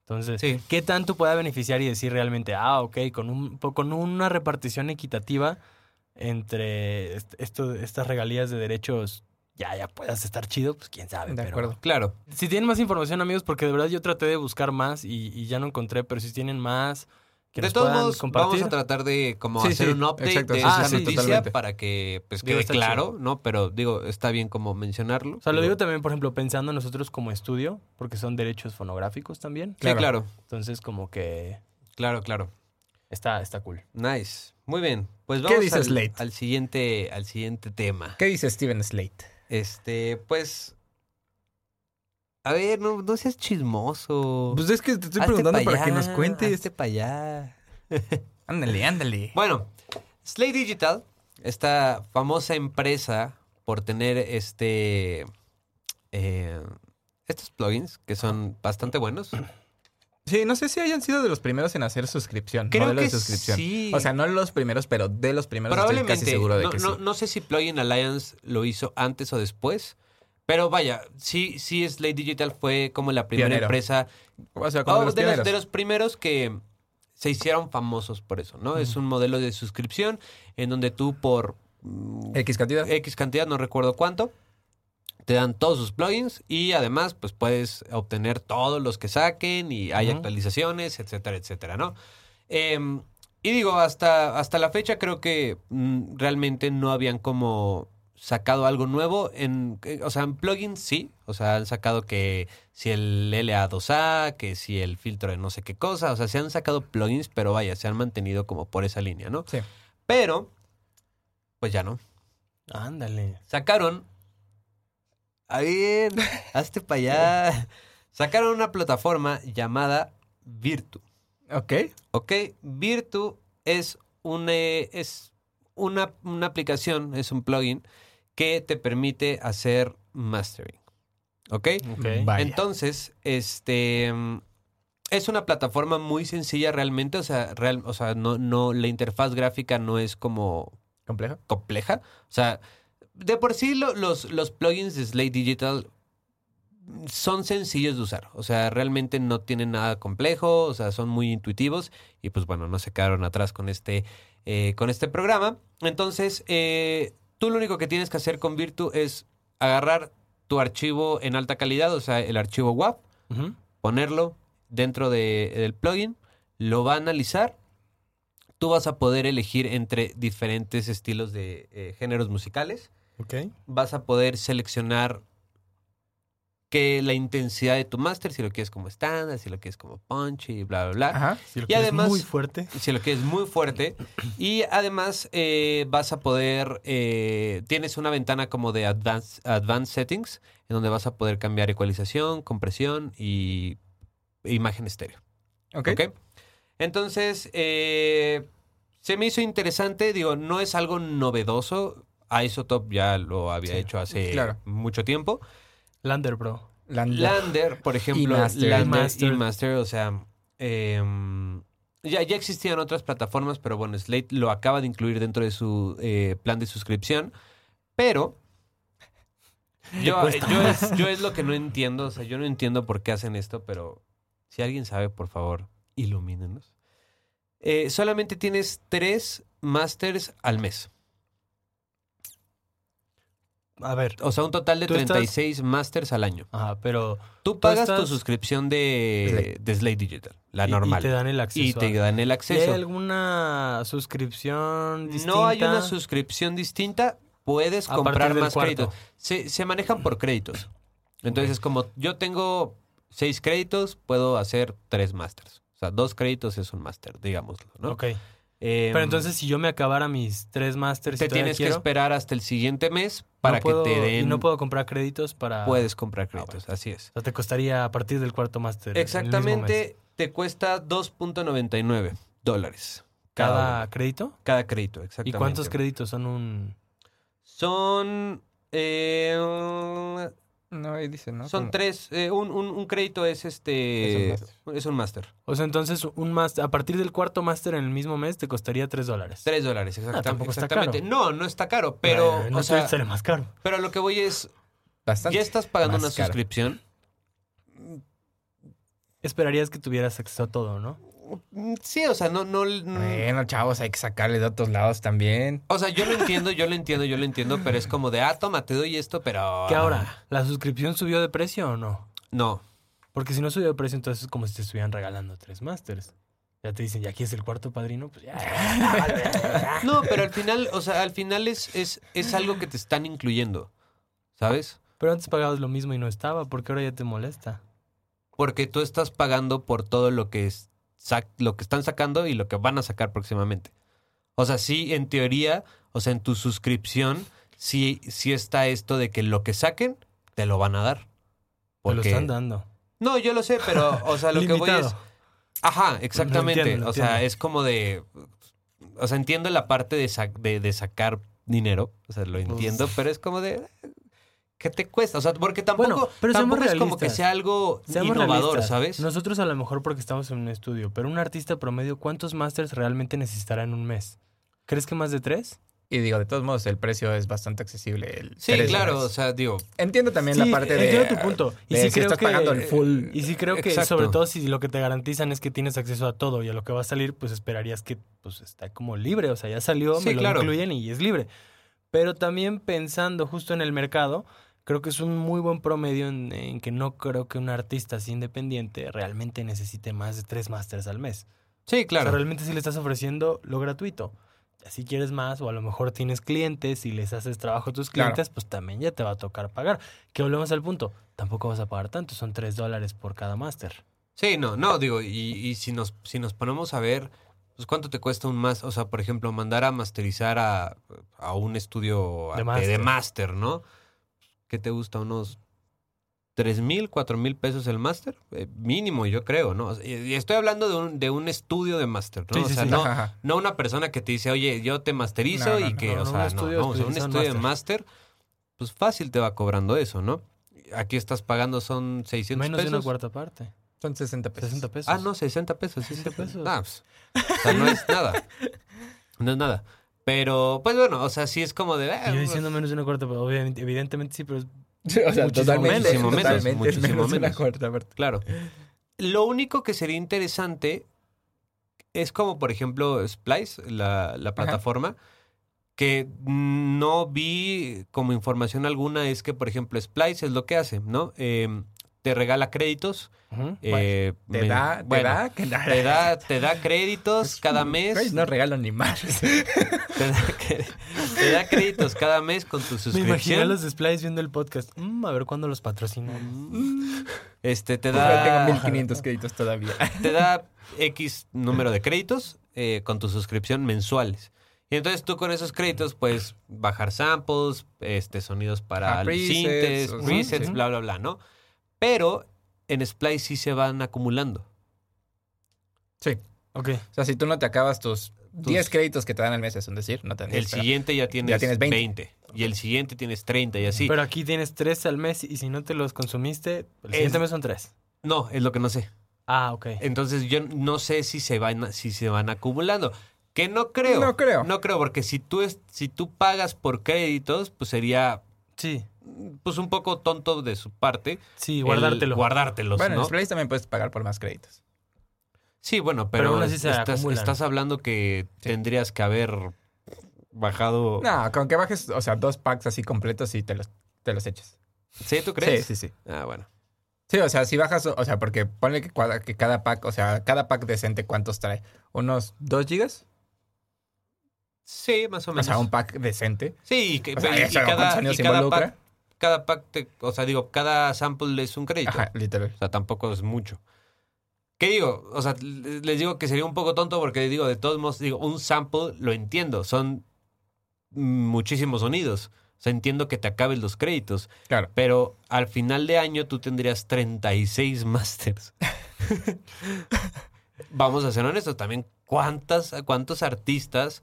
S3: Entonces,
S1: Sí.
S3: ¿qué tanto pueda beneficiar y decir realmente, ah, ok, con, un, po- con una repartición equitativa entre est- esto, estas regalías de derechos, ya, ya puedas estar chido? Pues quién sabe.
S2: De
S3: pero-
S2: acuerdo.
S1: Claro.
S3: Si tienen más información, amigos, porque de verdad yo traté de buscar más y, y ya no encontré, pero si tienen más, que
S1: de
S3: nos
S1: todos
S3: puedan
S1: modos,
S3: compartir.
S1: vamos a tratar de como
S2: Sí,
S1: hacer
S2: sí,
S1: un update
S2: exacto,
S1: de
S2: sí,
S1: esa
S3: sí, sí,
S1: noticia
S2: totalmente.
S1: para que pues,
S3: Digo,
S1: quede
S3: está
S1: claro, ¿no? Pero digo, está bien como mencionarlo.
S3: O sea, lo digo también, por ejemplo, pensando nosotros como estudio, porque son derechos fonográficos también.
S1: Sí,
S2: Claro.
S1: claro,
S3: Entonces, como que
S1: claro, claro.
S3: está, está cool.
S1: Nice. Muy bien. Pues vamos
S2: dice
S1: al,
S2: Slate?
S1: al siguiente, al siguiente tema.
S2: ¿Qué dice Steven Slate?
S1: Este, pues. A ver, no, no seas chismoso.
S2: Pues es que te estoy
S1: Hazte
S2: preguntando
S1: pa'
S2: para que
S1: allá,
S2: nos cuentes.
S1: hazte pa' allá.
S2: Ándale, ándale.
S1: Bueno, Slay Digital, esta famosa empresa por tener este eh, estos plugins que son bastante buenos.
S2: Sí, no sé si hayan sido de los primeros en hacer suscripción.
S1: Creo
S2: modelo
S1: que
S2: de suscripción.
S1: sí.
S2: O sea, no los primeros, pero de los primeros
S1: Probablemente.
S2: estoy casi seguro de
S1: no,
S2: que
S1: no-
S2: sí.
S1: no sé si Plugin Alliance lo hizo antes o después. Pero vaya, sí, sí, Slay Digital fue como la primera
S2: Pionero.
S1: empresa
S2: O sea, como
S1: Oh,
S2: de los
S1: de,
S2: primeros.
S1: los, de los primeros que se hicieron famosos por eso, ¿no? Es un modelo de suscripción en donde tú por mm,
S2: X cantidad.
S1: X cantidad, no recuerdo cuánto. Te dan todos sus plugins y además pues puedes obtener todos los que saquen y hay
S3: Ujú.
S1: actualizaciones, etcétera, etcétera, ¿no? Em, y digo, hasta, hasta la fecha creo que mm, realmente no habían como sacado algo nuevo. En, eh, o sea, en plugins sí. O sea, han sacado que si el LA2A, que si el filtro de no sé qué cosa. O sea, se han sacado plugins, pero vaya, se han mantenido como por esa línea, ¿no?
S2: Sí.
S1: Pero, pues ya no
S3: Ándale.
S1: sacaron. A ver, hazte para allá. Sacaron una plataforma llamada Virtu.
S2: Ok.
S1: ¿Ok? Virtu es un, eh, es una, una aplicación, es un plugin, que te permite hacer mastering. ¿Ok?
S3: Ok.
S2: Vaya.
S1: Entonces, este mm, es una plataforma muy sencilla realmente, o sea, real, o sea, no, no, la interfaz gráfica no es como
S2: ¿Complejo?
S1: compleja. O sea, de por sí lo- los, los plugins de Slate Digital son sencillos de usar. O sea, realmente no tienen nada complejo, o sea, son muy intuitivos y pues bueno, no se quedaron atrás con este, eh, con este programa. Entonces, eh, tú lo único que tienes que hacer con Virtu es agarrar tu archivo en alta calidad, o sea, el archivo WAP,
S3: Ujú.
S1: ponerlo dentro de- del plugin, lo va a analizar. Tú vas a poder elegir entre diferentes estilos de eh, géneros musicales.
S3: Ok.
S1: Vas a poder seleccionar que la intensidad de tu máster, si lo quieres como estándar, si lo quieres como punch y bla, bla, bla.
S2: Ajá.
S3: Si lo
S1: Y
S3: quieres
S1: además-
S3: muy fuerte.
S1: Si lo quieres muy fuerte. Y además eh, vas a poder, eh, tienes una ventana como de advanced, advanced settings, en donde vas a poder cambiar ecualización, compresión y imagen estéreo.
S2: Ok.
S1: ¿Ok? Entonces, eh, se me hizo interesante, digo, no es algo novedoso. Isotop ya lo había
S3: Sí,
S1: hecho hace
S2: claro.
S1: mucho tiempo.
S3: Lander, bro.
S2: Lander.
S1: Lander, por ejemplo,
S2: Master.
S1: Lander
S3: Y Master.
S1: y Master, o sea, eh, ya, ya existían otras plataformas, pero bueno, Slate lo acaba de incluir dentro de su eh, plan de suscripción, pero yo,
S3: cuesta
S1: yo es, yo es lo que no entiendo, o sea, yo no entiendo por qué hacen esto, pero si alguien sabe, por favor, ilumínenos. Eh, solamente tienes tres masters al mes,
S3: A ver.
S1: o sea, un total de
S3: Tú estás-
S1: 36 masters al año.
S3: Ajá, pero.
S1: Tú pagas tu
S3: estás-
S1: suscripción de, de Slate Digital, la
S3: y-
S1: normal.
S3: Y te dan el acceso.
S1: y te
S3: a-
S1: dan el
S3: ¿Y ¿Hay
S1: acceso.
S3: alguna suscripción distinta?
S1: No hay una suscripción distinta, puedes
S3: Aparte
S1: comprar
S3: del
S1: más
S3: cuarto.
S1: créditos. Se, se manejan por créditos. Entonces, como yo tengo seis créditos, puedo hacer tres másters. O sea, dos créditos es un máster, digámoslo, ¿no?
S3: Ok.
S1: Em,
S3: Pero entonces, si yo me acabara mis tres másters, y
S1: te
S3: todavía
S1: tienes
S3: quiero,
S1: que esperar hasta el siguiente mes
S3: no
S1: para
S3: puedo-
S1: que te den.
S3: Y no puedo comprar créditos para.
S1: Puedes comprar créditos,
S3: bueno.
S1: así es.
S3: O sea, te costaría a partir del cuarto máster. el mismo mes.
S1: Exactamente, te cuesta 2.99 dólares
S3: Cada,
S1: cada, uno,
S3: crédito.
S1: cada crédito. Exactamente.
S3: ¿Y cuántos créditos son un.
S1: Son. eh,
S2: No, ahí dice, ¿no?
S1: son
S2: Como-
S1: tres. eh, un, un- un crédito es este.
S2: Es un
S1: Es un máster.
S3: O sea, entonces, un máster. A partir del cuarto máster en el mismo mes te costaría tres dólares.
S1: Tres dólares, exactam-
S3: Ah, tampoco está
S1: exactamente.
S3: caro.
S1: No, no está caro, pero.
S3: Eh, no
S1: o sea,
S3: sale más caro.
S1: pero a lo que voy es.
S2: Bastante.
S1: Ya estás pagando
S2: Más
S1: una
S2: caro.
S1: suscripción.
S3: Esperarías que tuvieras acceso a todo, ¿no?
S1: Mm, Sí, o sea, no, no. mm,
S2: Bueno, chavos, hay que sacarle de otros lados también.
S1: O sea, yo lo entiendo, yo lo entiendo, yo lo entiendo, pero es como de, ah, toma, te doy esto, pero.
S3: ¿Qué ahora? ¿La suscripción subió de precio o no?
S1: No.
S3: Porque si no subió de precio, entonces es como si te estuvieran regalando tres másters. Ya te dicen, ¿y aquí es el cuarto padrino? Pues ya.
S1: No, pero al final, o sea, al final es, es, es algo que te están incluyendo. ¿Sabes?
S3: Pero antes pagabas lo mismo y no estaba, porque ahora ya te molesta.
S1: Porque tú estás pagando por todo lo que, es- sac- lo que están sacando y lo que van a sacar próximamente. O sea, sí, en teoría, o sea, en tu suscripción, sí, sí está esto de que lo que saquen, te lo van a dar.
S3: Te lo
S1: Porque-
S3: están dando.
S1: No, yo lo sé, pero, o sea, lo que voy es...
S3: Limitado.
S1: Ajá, exactamente.
S3: Entiendo,
S1: o sea,
S3: entiendo.
S1: es como de... O sea, entiendo la parte de, sa- de, de sacar dinero, o sea, lo entiendo, pero es como de... ¿Qué te cuesta? O sea, porque tampoco,
S3: Bueno, pero seamos
S1: tampoco es como que
S3: realistas.
S1: sea algo
S3: Seamos
S1: innovador,
S3: realistas.
S1: ¿sabes?
S3: Nosotros a lo mejor porque estamos en un estudio, pero un artista promedio, ¿cuántos másters realmente necesitará en un mes? ¿Crees que más de tres?
S2: Y digo, de todos modos, el precio es bastante accesible. el
S1: Sí,
S2: tres
S1: claro,
S2: dólares.
S1: o sea, digo,
S2: Entiendo también la parte de.
S3: entiendo tu punto. Y
S2: de
S3: sí
S2: si
S3: creo
S2: estás
S3: que-
S2: pagando el full.
S3: Y sí creo que,
S1: Exacto.
S3: sobre todo si lo que te garantizan es que tienes acceso a todo y a lo que va a salir, pues esperarías que pues está como libre, o sea, ya salió,
S1: Sí,
S3: me lo
S1: claro.
S3: incluyen y es libre. Pero también pensando justo en el mercado, creo que es un muy buen promedio en, en que no creo que un artista así independiente realmente necesite más de tres másters al mes.
S1: sí,
S3: O sea,
S1: claro.
S3: realmente si le estás ofreciendo lo gratuito. Si quieres más, o a lo mejor tienes clientes y les haces trabajo a tus
S2: Claro.
S3: clientes, pues también ya te va a tocar pagar. Que volvemos al punto, tampoco vas a pagar tanto, son tres dólares por cada máster.
S1: Sí, no, no, digo, y, y si nos si nos ponemos a ver, pues cuánto te cuesta un más, o sea, por ejemplo, mandar a masterizar a, a un estudio
S3: De
S1: arte- de
S3: máster.
S1: máster, ¿no? ¿Qué te gusta? Unos 3 mil, 4 mil pesos el máster, eh, mínimo yo creo, ¿no? O sea, Y y estoy hablando de un, de un estudio de máster, ¿no?
S3: Sí,
S1: o
S3: sí,
S1: sea,
S3: sí.
S1: no,
S2: Ajá, ajá.
S1: no una persona que te dice, oye, yo te masterizo
S2: No, no,
S1: y
S2: no.
S1: que,
S3: No,
S1: o
S3: no,
S1: sea,
S3: un
S1: no,
S3: estudio
S1: no, o sea, un
S3: especializado en
S1: estudio de máster, pues fácil te va cobrando eso, ¿no? Aquí estás pagando son 600
S3: Menos de
S1: pesos.
S3: una cuarta parte.
S2: Son 60 pesos.
S3: 60 pesos.
S1: Ah, no, 60 pesos, 60 pesos.
S3: pesos.
S1: Nah, pues, o sea, no es nada. No es nada. Pero, pues bueno, o sea, sí es como de... eh,
S3: Y yo
S1: pues,
S3: diciendo menos de una cuarta parte, obviamente, evidentemente sí, pero es-
S2: O sea,
S3: Muchísimo
S2: totalmente,
S1: menos. Muchísimo menos,
S2: totalmente es
S1: muchísimo
S2: menos de una
S1: menos.
S2: cuarta parte.
S1: Claro. Lo único que sería interesante es como, por ejemplo, Splice, la, la plataforma, que no vi como información alguna es que, por ejemplo, Splice es lo que hace, ¿no? Eh, te regala créditos.
S3: Ujú.
S1: eh,
S2: Pues, Te
S1: me-
S2: da, te
S1: bueno,
S2: da, que da.
S1: Te da, te da créditos cada
S2: Güey,
S1: mes.
S2: No regalo ni más.
S1: Te da, cre- te da créditos cada mes con tu
S3: Me imaginé a
S1: suscripción. Mm.
S3: los displays viendo el podcast. Mm, a ver cuándo los patrocinamos.
S1: Este, te
S2: Ojalá
S1: da...
S2: Pues Tengo 1500 créditos todavía.
S1: te da X número de créditos eh, con tu suscripción mensuales. Y entonces tú con esos créditos puedes bajar samples, este, sonidos para
S2: Ah, presets,
S1: presets,
S2: o sea,
S1: presets,
S2: sí.
S1: bla, bla, bla, ¿no? Pero en Splice sí se van acumulando.
S2: Sí.
S3: Ok.
S2: O sea, si tú no te acabas tus 10 créditos que te dan al mes, es un decir, no te dan
S1: El
S2: 10, pero-
S1: siguiente ya tienes,
S2: Ya tienes
S1: 20.
S2: 20.
S1: Y el siguiente tienes 30 y así.
S3: Pero aquí tienes tres al mes y si no te los consumiste, el siguiente
S1: Es- Eh,
S3: mes son tres.
S1: no, es lo que no sé.
S3: Ah, ok.
S1: Entonces yo no sé si se van, si se van acumulando. Que no creo.
S2: No creo.
S1: No creo, porque si tú, es, si tú pagas por créditos, pues sería
S3: Sí,
S1: pues un poco tonto de su parte.
S3: sí,
S1: el
S3: guardártelo.
S1: Guardártelos,
S2: Bueno, en
S1: ¿no?
S2: Splace también puedes pagar por más créditos.
S1: Sí, bueno,
S3: Pero
S1: pero,
S3: aún así se
S1: estás,
S3: acumulan.
S1: estás hablando que
S2: Sí.
S1: tendrías que haber bajado...
S2: No, con que bajes, o sea, dos packs así completos y te los, te los eches.
S1: ¿Sí, tú crees?
S2: Sí, sí, sí.
S1: Ah, bueno.
S2: Sí, o sea, si bajas, o sea, porque ponle que, cuadra- que cada pack, o sea, cada pack decente, ¿cuántos trae? ¿Unos 2 gigas?
S1: Sí, más o
S2: O
S1: menos.
S2: sea, un pack decente.
S1: Sí, y, que-
S2: O sea,
S1: y- y
S2: eso, ¿cuántos
S1: cada, y
S2: sonidos
S1: cada
S2: involucra?
S1: pack, cada pack te- o sea, digo, cada sample es un crédito.
S2: Ajá, literal.
S1: O sea, tampoco es mucho. ¿Qué digo? O sea, l- les digo que sería un poco tonto porque digo, de todos modos, digo, un sample lo entiendo, son muchísimos sonidos. O sea, entiendo que te acabes los créditos.
S2: Claro.
S1: Pero al final de año tú tendrías 36 masters. Vamos a ser honestos también. ¿Cuántas, ¿Cuántos artistas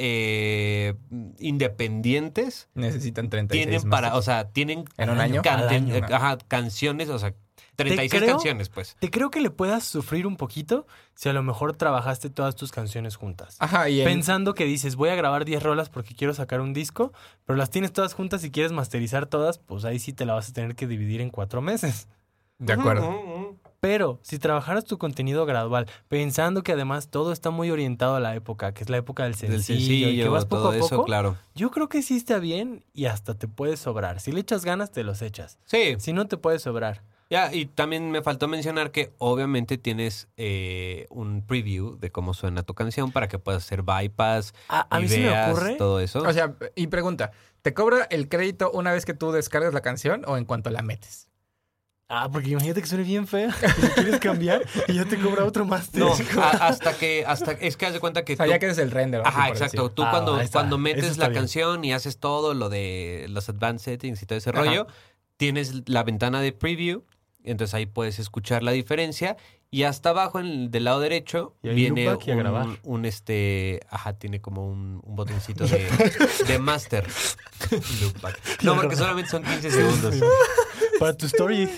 S1: eh, independientes
S2: Necesitan 36
S1: tienen para,
S2: masters.
S1: o sea, tienen
S2: ¿En un año?
S1: cante-
S3: Al año,
S1: eh,
S2: ¿no?
S1: ajá, canciones, o sea, 36
S3: creo-
S1: canciones, pues.
S3: Te creo que le puedas sufrir un poquito si a lo mejor trabajaste todas tus canciones
S1: Ah,
S3: juntas.
S2: Ajá, y en-
S3: Pensando que dices, voy a grabar 10 rolas porque quiero sacar un disco, pero las tienes todas juntas y quieres masterizar todas, pues ahí sí te la vas a tener que dividir en cuatro meses.
S2: De acuerdo.
S1: Ujú, ujú.
S3: Pero si trabajaras tu contenido gradual, pensando que además todo está muy orientado a la época, que es la época del
S1: Del
S3: sencillo, y que
S1: sencillo,
S3: vas
S1: todo
S3: poco a
S1: eso,
S3: poco,
S1: claro.
S3: yo creo que sí está bien y hasta te puede sobrar. Si le echas ganas, te los echas.
S1: Sí,
S3: Si no, te puede sobrar.
S1: Ya, y también me faltó mencionar que obviamente tienes eh, un preview de cómo suena tu canción para que puedas hacer bypass,
S3: A, a
S1: y
S3: mí se me
S1: veas
S3: ocurre...
S1: todo eso.
S2: O sea, y pregunta, ¿te cobra el crédito una vez que tú descargas la canción o en cuanto la metes?
S3: Ah, porque imagínate que suene bien fea y lo quieres cambiar y ya te cobra otro máster.
S1: no, a- hasta que, hasta es que haz de cuenta que
S2: O sea,
S1: tú-
S2: ya que eres el render. así
S1: Ajá,
S2: por
S1: exacto.
S2: decir.
S1: Tú
S3: Ah,
S1: cuando,
S3: ahí está.
S1: cuando
S3: Eso
S1: metes
S3: está
S1: la
S3: bien.
S1: canción y haces todo lo de los advanced settings y todo ese
S2: Ajá.
S1: rollo, tienes la ventana de preview, entonces ahí puedes escuchar la diferencia. Y hasta abajo, en el- del lado derecho,
S3: Y hay
S1: viene
S3: loopback y a grabar.
S1: un, un, este. Ajá, tiene como un, un botoncito de, de master. Loopback. No, porque solamente son 15 segundos.
S3: Para tu story,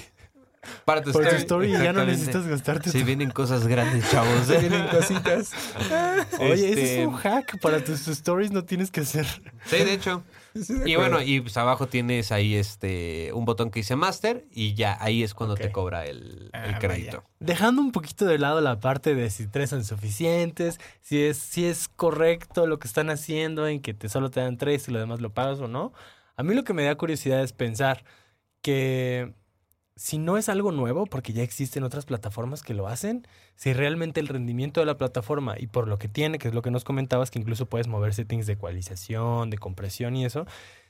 S1: Para tu
S3: para tu story ya no
S1: exactamente.
S3: necesitas gastarte.
S1: Sí, vienen cosas grandes, chavos.
S2: Se vienen cositas.
S3: tu- Oye, ese
S1: Este,
S3: es un hack. Para tus stories no tienes que hacer.
S1: Sí, de hecho.
S2: Sí, de
S1: Y
S2: acuerdo.
S1: bueno, y pues abajo tienes ahí este un botón que dice Master y ya ahí es cuando
S2: Ok.
S1: te cobra el, el
S2: Ah,
S1: crédito.
S3: Dejando un poquito de lado la parte de si tres son suficientes, si es, si es correcto lo que están haciendo en que te solo te dan tres y lo demás lo pagas o no. A mí lo que me da curiosidad es pensar que si no es algo nuevo, porque ya existen otras plataformas que lo hacen, si realmente el rendimiento de la plataforma y por lo que tiene, que es lo que nos comentabas, que incluso puedes mover settings de ecualización, de compresión y eso,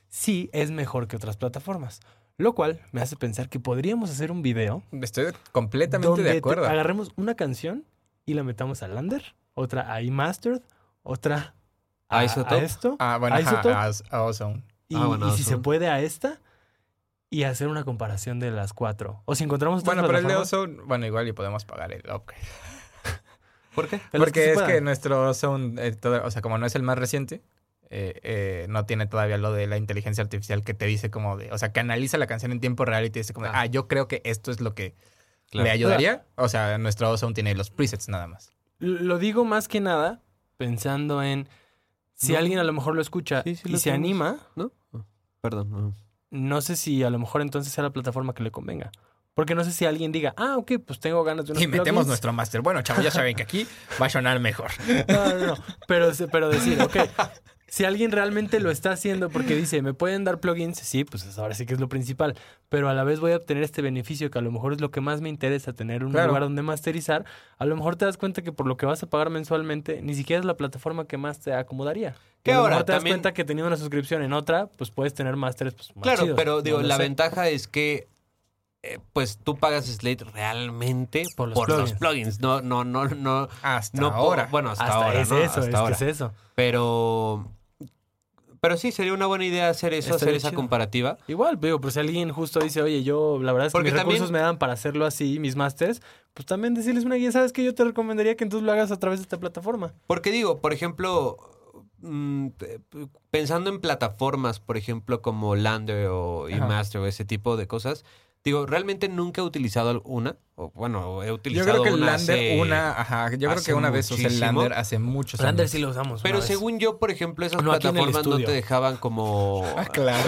S3: sí es mejor que otras plataformas. Lo cual me hace pensar que podríamos hacer un video
S2: Estoy completamente
S3: donde
S2: de
S3: te-
S2: acuerdo.
S3: agarremos una canción y la metamos a Lander, otra a iMastered, otra a,
S1: A Isotope.
S3: a esto.
S2: Ah, bueno,
S3: a
S2: ajá,
S3: Isotope.
S2: a, a Ozone.
S3: Y,
S1: Ah, bueno,
S3: y si se
S1: Ozone.
S3: puede a esta. y hacer una comparación de las cuatro. O si encontramos otras
S2: Bueno, pero el de
S3: plataformas,
S2: Ozone, bueno, igual y podemos pagar el upgrade.
S1: ¿Por qué?
S3: de las
S2: Porque
S3: se
S2: es que
S3: puedan.
S2: nuestro Ozone, eh, todo- o sea, como no es el más reciente, eh, eh, no tiene todavía lo de la inteligencia artificial que te dice como de, o sea, que analiza la canción en tiempo real y te dice como, de,
S1: Ah.
S2: ah, yo creo que esto es lo que
S1: Claro.
S2: le ayudaría. O sea, nuestro Ozone tiene los presets nada más.
S3: Lo digo más que nada pensando en si
S1: No.
S3: alguien a lo mejor lo escucha
S1: Sí, sí
S3: y
S1: lo
S3: se
S1: tenemos.
S3: anima,
S1: ¿No? Oh, Perdón. no.
S3: no sé si a lo mejor entonces sea la plataforma que le convenga. Porque no sé si alguien diga, ah, ok, pues tengo ganas de unos
S2: Y metemos
S3: plugins".
S2: nuestro master. Bueno, chavos, ya saben que aquí va a sonar mejor.
S3: No, no, no. Pero, se- pero decir, ok, si alguien realmente lo está haciendo porque dice, me pueden dar plugins, sí, pues ahora sí que es lo principal. Pero a la vez voy a obtener este beneficio que a lo mejor es lo que más me interesa, tener un
S2: Claro.
S3: lugar donde masterizar. A lo mejor te das cuenta que por lo que vas a pagar mensualmente, ni siquiera es la plataforma que más te acomodaría.
S1: Que
S3: a lo
S1: ahora
S3: mejor te
S1: también-
S3: das cuenta que teniendo una suscripción en otra, pues puedes tener másteres pues, más
S1: Claro,
S3: chidos.
S1: pero digo,
S3: No lo
S1: la
S3: sé.
S1: ventaja es que eh, pues tú pagas Slate realmente por los, plugins. No, no, no, no.
S2: Hasta
S1: no por-
S2: ahora.
S1: bueno, pues, hasta,
S3: Hasta
S1: ahora.
S3: es
S1: ¿no?
S3: eso,
S1: Hasta
S3: es
S1: ahora.
S3: que es eso.
S1: Pero. Pero sí, sería una buena idea hacer eso,
S3: Estaría
S1: hacer esa
S3: chido.
S1: comparativa.
S3: Igual, digo, pero si alguien justo dice, oye, yo la verdad es que
S1: Porque
S3: mis
S1: también-
S3: recursos me dan para hacerlo así, mis másters, pues también decirles una guía, ¿sabes que Yo te recomendaría que entonces lo hagas a través de esta plataforma.
S1: Porque digo, por ejemplo, mm, p- p- pensando en plataformas, por ejemplo, como Lander o
S2: Ajá.
S1: Master o ese tipo de cosas, digo, realmente nunca he utilizado una. O, bueno, he
S2: Yo
S1: utilizado
S2: creo que el
S1: una
S2: Lander
S1: hace-
S2: una, ajá, yo creo
S1: hace
S2: que una vez usé el
S1: muchísimo.
S2: Lander hace muchos años.
S3: lo usamos.
S1: Pero según yo, por ejemplo, esas
S3: No, aquí en el
S1: plataformas no
S3: estudio.
S1: te dejaban como...
S2: Ah, claro.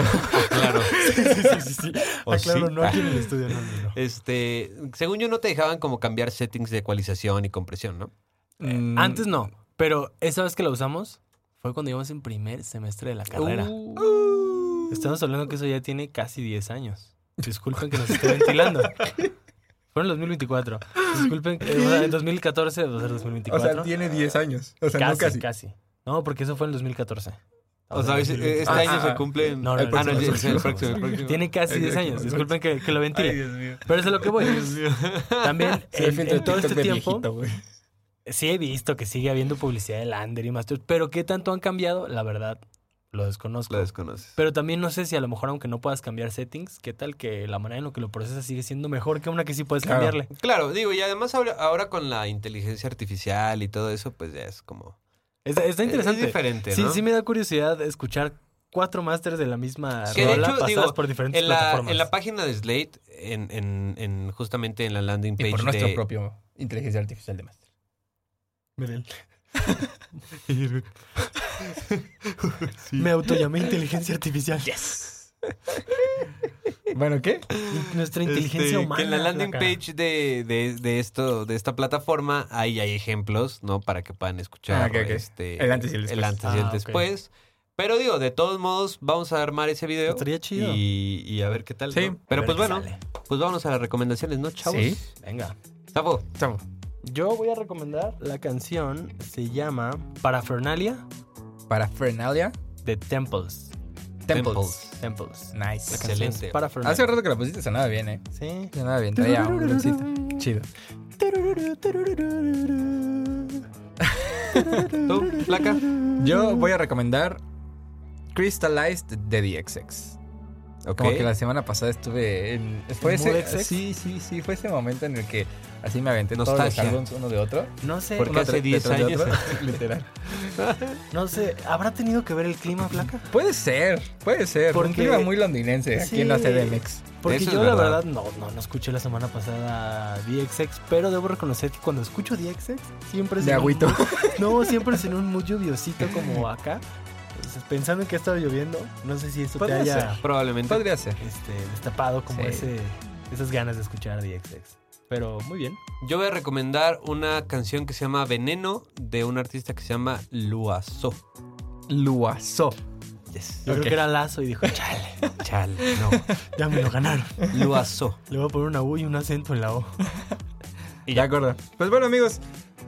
S1: claro.
S3: Sí, sí, sí. sí.
S1: ¿O
S3: Ah, claro,
S1: sí?
S3: no aquí en el estudio, no, no, no.
S1: Este, según yo no te dejaban como cambiar settings de ecualización y compresión, ¿no?
S2: Mm,
S3: Antes no, pero esa vez que la usamos fue cuando íbamos en primer semestre de la carrera.
S1: Uh.
S3: Estamos hablando que eso ya tiene casi 10 años. Disculpen que nos esté ventilando. Fue en el 2024. Disculpen, que- o sea, en 2014, o sea, 2024.
S2: tiene 10 años. O sea,
S3: casi, casi, No, porque eso fue en 2014.
S1: O sea, es-
S3: eh,
S1: este
S2: Ah,
S1: año
S2: ah,
S1: se
S2: ah.
S1: cumplen...
S3: No,
S1: ah,
S3: no,
S1: no,
S3: el
S1: el,
S3: próximo,
S1: el
S3: el
S1: próximo, el próximo.
S3: Tiene casi
S2: Ay,
S3: 10
S2: Dios
S3: años.
S2: mío.
S3: Disculpen que, que lo
S2: Ay,
S3: ventile.
S2: Dios mío.
S3: Pero eso es lo que voy. También
S2: Se
S3: en,
S2: filtra
S3: en todo
S2: TikTok
S3: este
S2: de
S3: tiempo
S2: viejito, güey.
S3: sí he visto que sigue habiendo publicidad de Lander y Master. Pero qué tanto han cambiado, la verdad, lo desconozco.
S1: Lo desconoces.
S3: Pero también no sé si a lo mejor aunque no puedas cambiar settings, qué tal que la manera en la que lo procesas sigue siendo mejor que una que sí puedes
S2: Claro.
S3: cambiarle.
S1: Claro, digo, y además ahora, ahora con la inteligencia artificial y todo eso, pues ya es como...
S3: Está, está
S1: es-
S3: interesante.
S1: Es diferente,
S3: sí,
S1: ¿no?
S3: sí me da curiosidad escuchar cuatro masters de la misma
S1: Que de
S3: rola
S1: hecho,
S3: pasadas
S1: digo,
S3: por diferentes
S1: en, la,
S3: plataformas.
S1: en la página de Slate, en, en- en- justamente en la landing page
S2: Y por nuestro
S1: de-
S2: propio inteligencia artificial de Master.
S3: Medel. Me autollamé inteligencia artificial.
S2: Yes. bueno, ¿qué?
S3: Nuestra inteligencia
S1: Este,
S3: humana.
S1: Que en la landing
S3: flaca.
S1: page de, de- de esto, de esta plataforma, ahí hay ejemplos, ¿no? Para que puedan escuchar
S2: Ah, ok, ok.
S1: Este,
S2: El antes y el después.
S1: antes y el
S3: Ah, ok.
S1: después. Pero digo, de todos modos, vamos a armar ese video.
S3: Estaría chido.
S1: Y, y a ver qué tal.
S2: Sí.
S1: ¿no? Pero
S3: A ver
S1: pues
S3: qué
S1: bueno,
S3: sale.
S1: pues vámonos a las recomendaciones, ¿no, chavos?
S2: Sí.
S3: Venga.
S1: Tafo,
S2: Estamos.
S3: Yo voy a recomendar la canción, se llama Parafernalia
S2: Para Fernalia,
S3: de Temples.
S2: Temples. Nice.
S3: Temples. La canción es
S1: Excelente.
S2: Hace
S3: Parafernalia.
S2: rato que la pusiste, sonaba bien, ¿eh?
S3: Sí.
S2: Sonaba bien, traía un bluesito. Chido.
S1: tú, placa.
S2: Yo voy a recomendar Crystallized de DXX.
S1: Ok.
S2: Como que la semana pasada estuve en... ¿Fue
S3: ¿En mood
S2: ese,
S3: XX?
S2: sí, sí, sí. Fue ese momento en el que así me aventé todos
S1: Nostalgia.
S2: los álbumes uno de otro.
S3: No sé,
S1: Porque
S2: uno
S1: hace
S2: tra-
S1: 10
S2: detrás de
S1: años.
S2: otro, literal.
S3: no sé, ¿habrá tenido que ver el clima, Flaca?
S2: Puede ser, puede ser.
S3: Porque-
S2: Un clima muy londinense aquí en la
S3: Sí.
S2: CDMX.
S3: Porque
S1: Eso es
S3: yo la
S1: verdad.
S3: verdad no, no, no escuché la semana pasada DXX, pero debo reconocer que cuando escucho DXX siempre es
S2: De
S3: pues en
S2: agüito.
S3: un mood- no, siempre es en un muy lluviosito como acá. Entonces, Pensando en que ha estado lloviendo, no sé si eso te
S2: Podría
S3: haya
S1: Probablemente.
S2: Podría ser.
S3: este, destapado como
S2: Sí.
S3: ese, esas ganas de escuchar DXX. Pero muy bien.
S1: Yo voy a recomendar una canción que se llama Veneno de un artista que se llama Luazo.
S2: Luazo.
S1: Yes.
S3: Yo
S2: Ok.
S3: creo que era Lazo y dijo, chale,
S1: Chale, no.
S3: ya me lo ganaron.
S1: Luazo.
S3: Le voy a poner una U y un acento en la O.
S2: Y ya acuerdo. Pues bueno, amigos,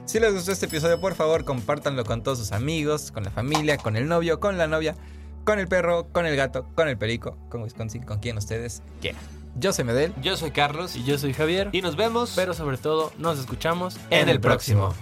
S2: si les gustó este episodio, por favor, compártanlo con todos sus amigos, con la familia, con el novio, con la novia, con el perro, con el gato, con el perico, con Wisconsin, con quien ustedes quieran. Yo soy Medel.
S1: Yo soy Carlos
S3: Y yo soy Javier,
S1: y nos vemos
S3: pero sobre todo nos escuchamos
S1: en el próximo.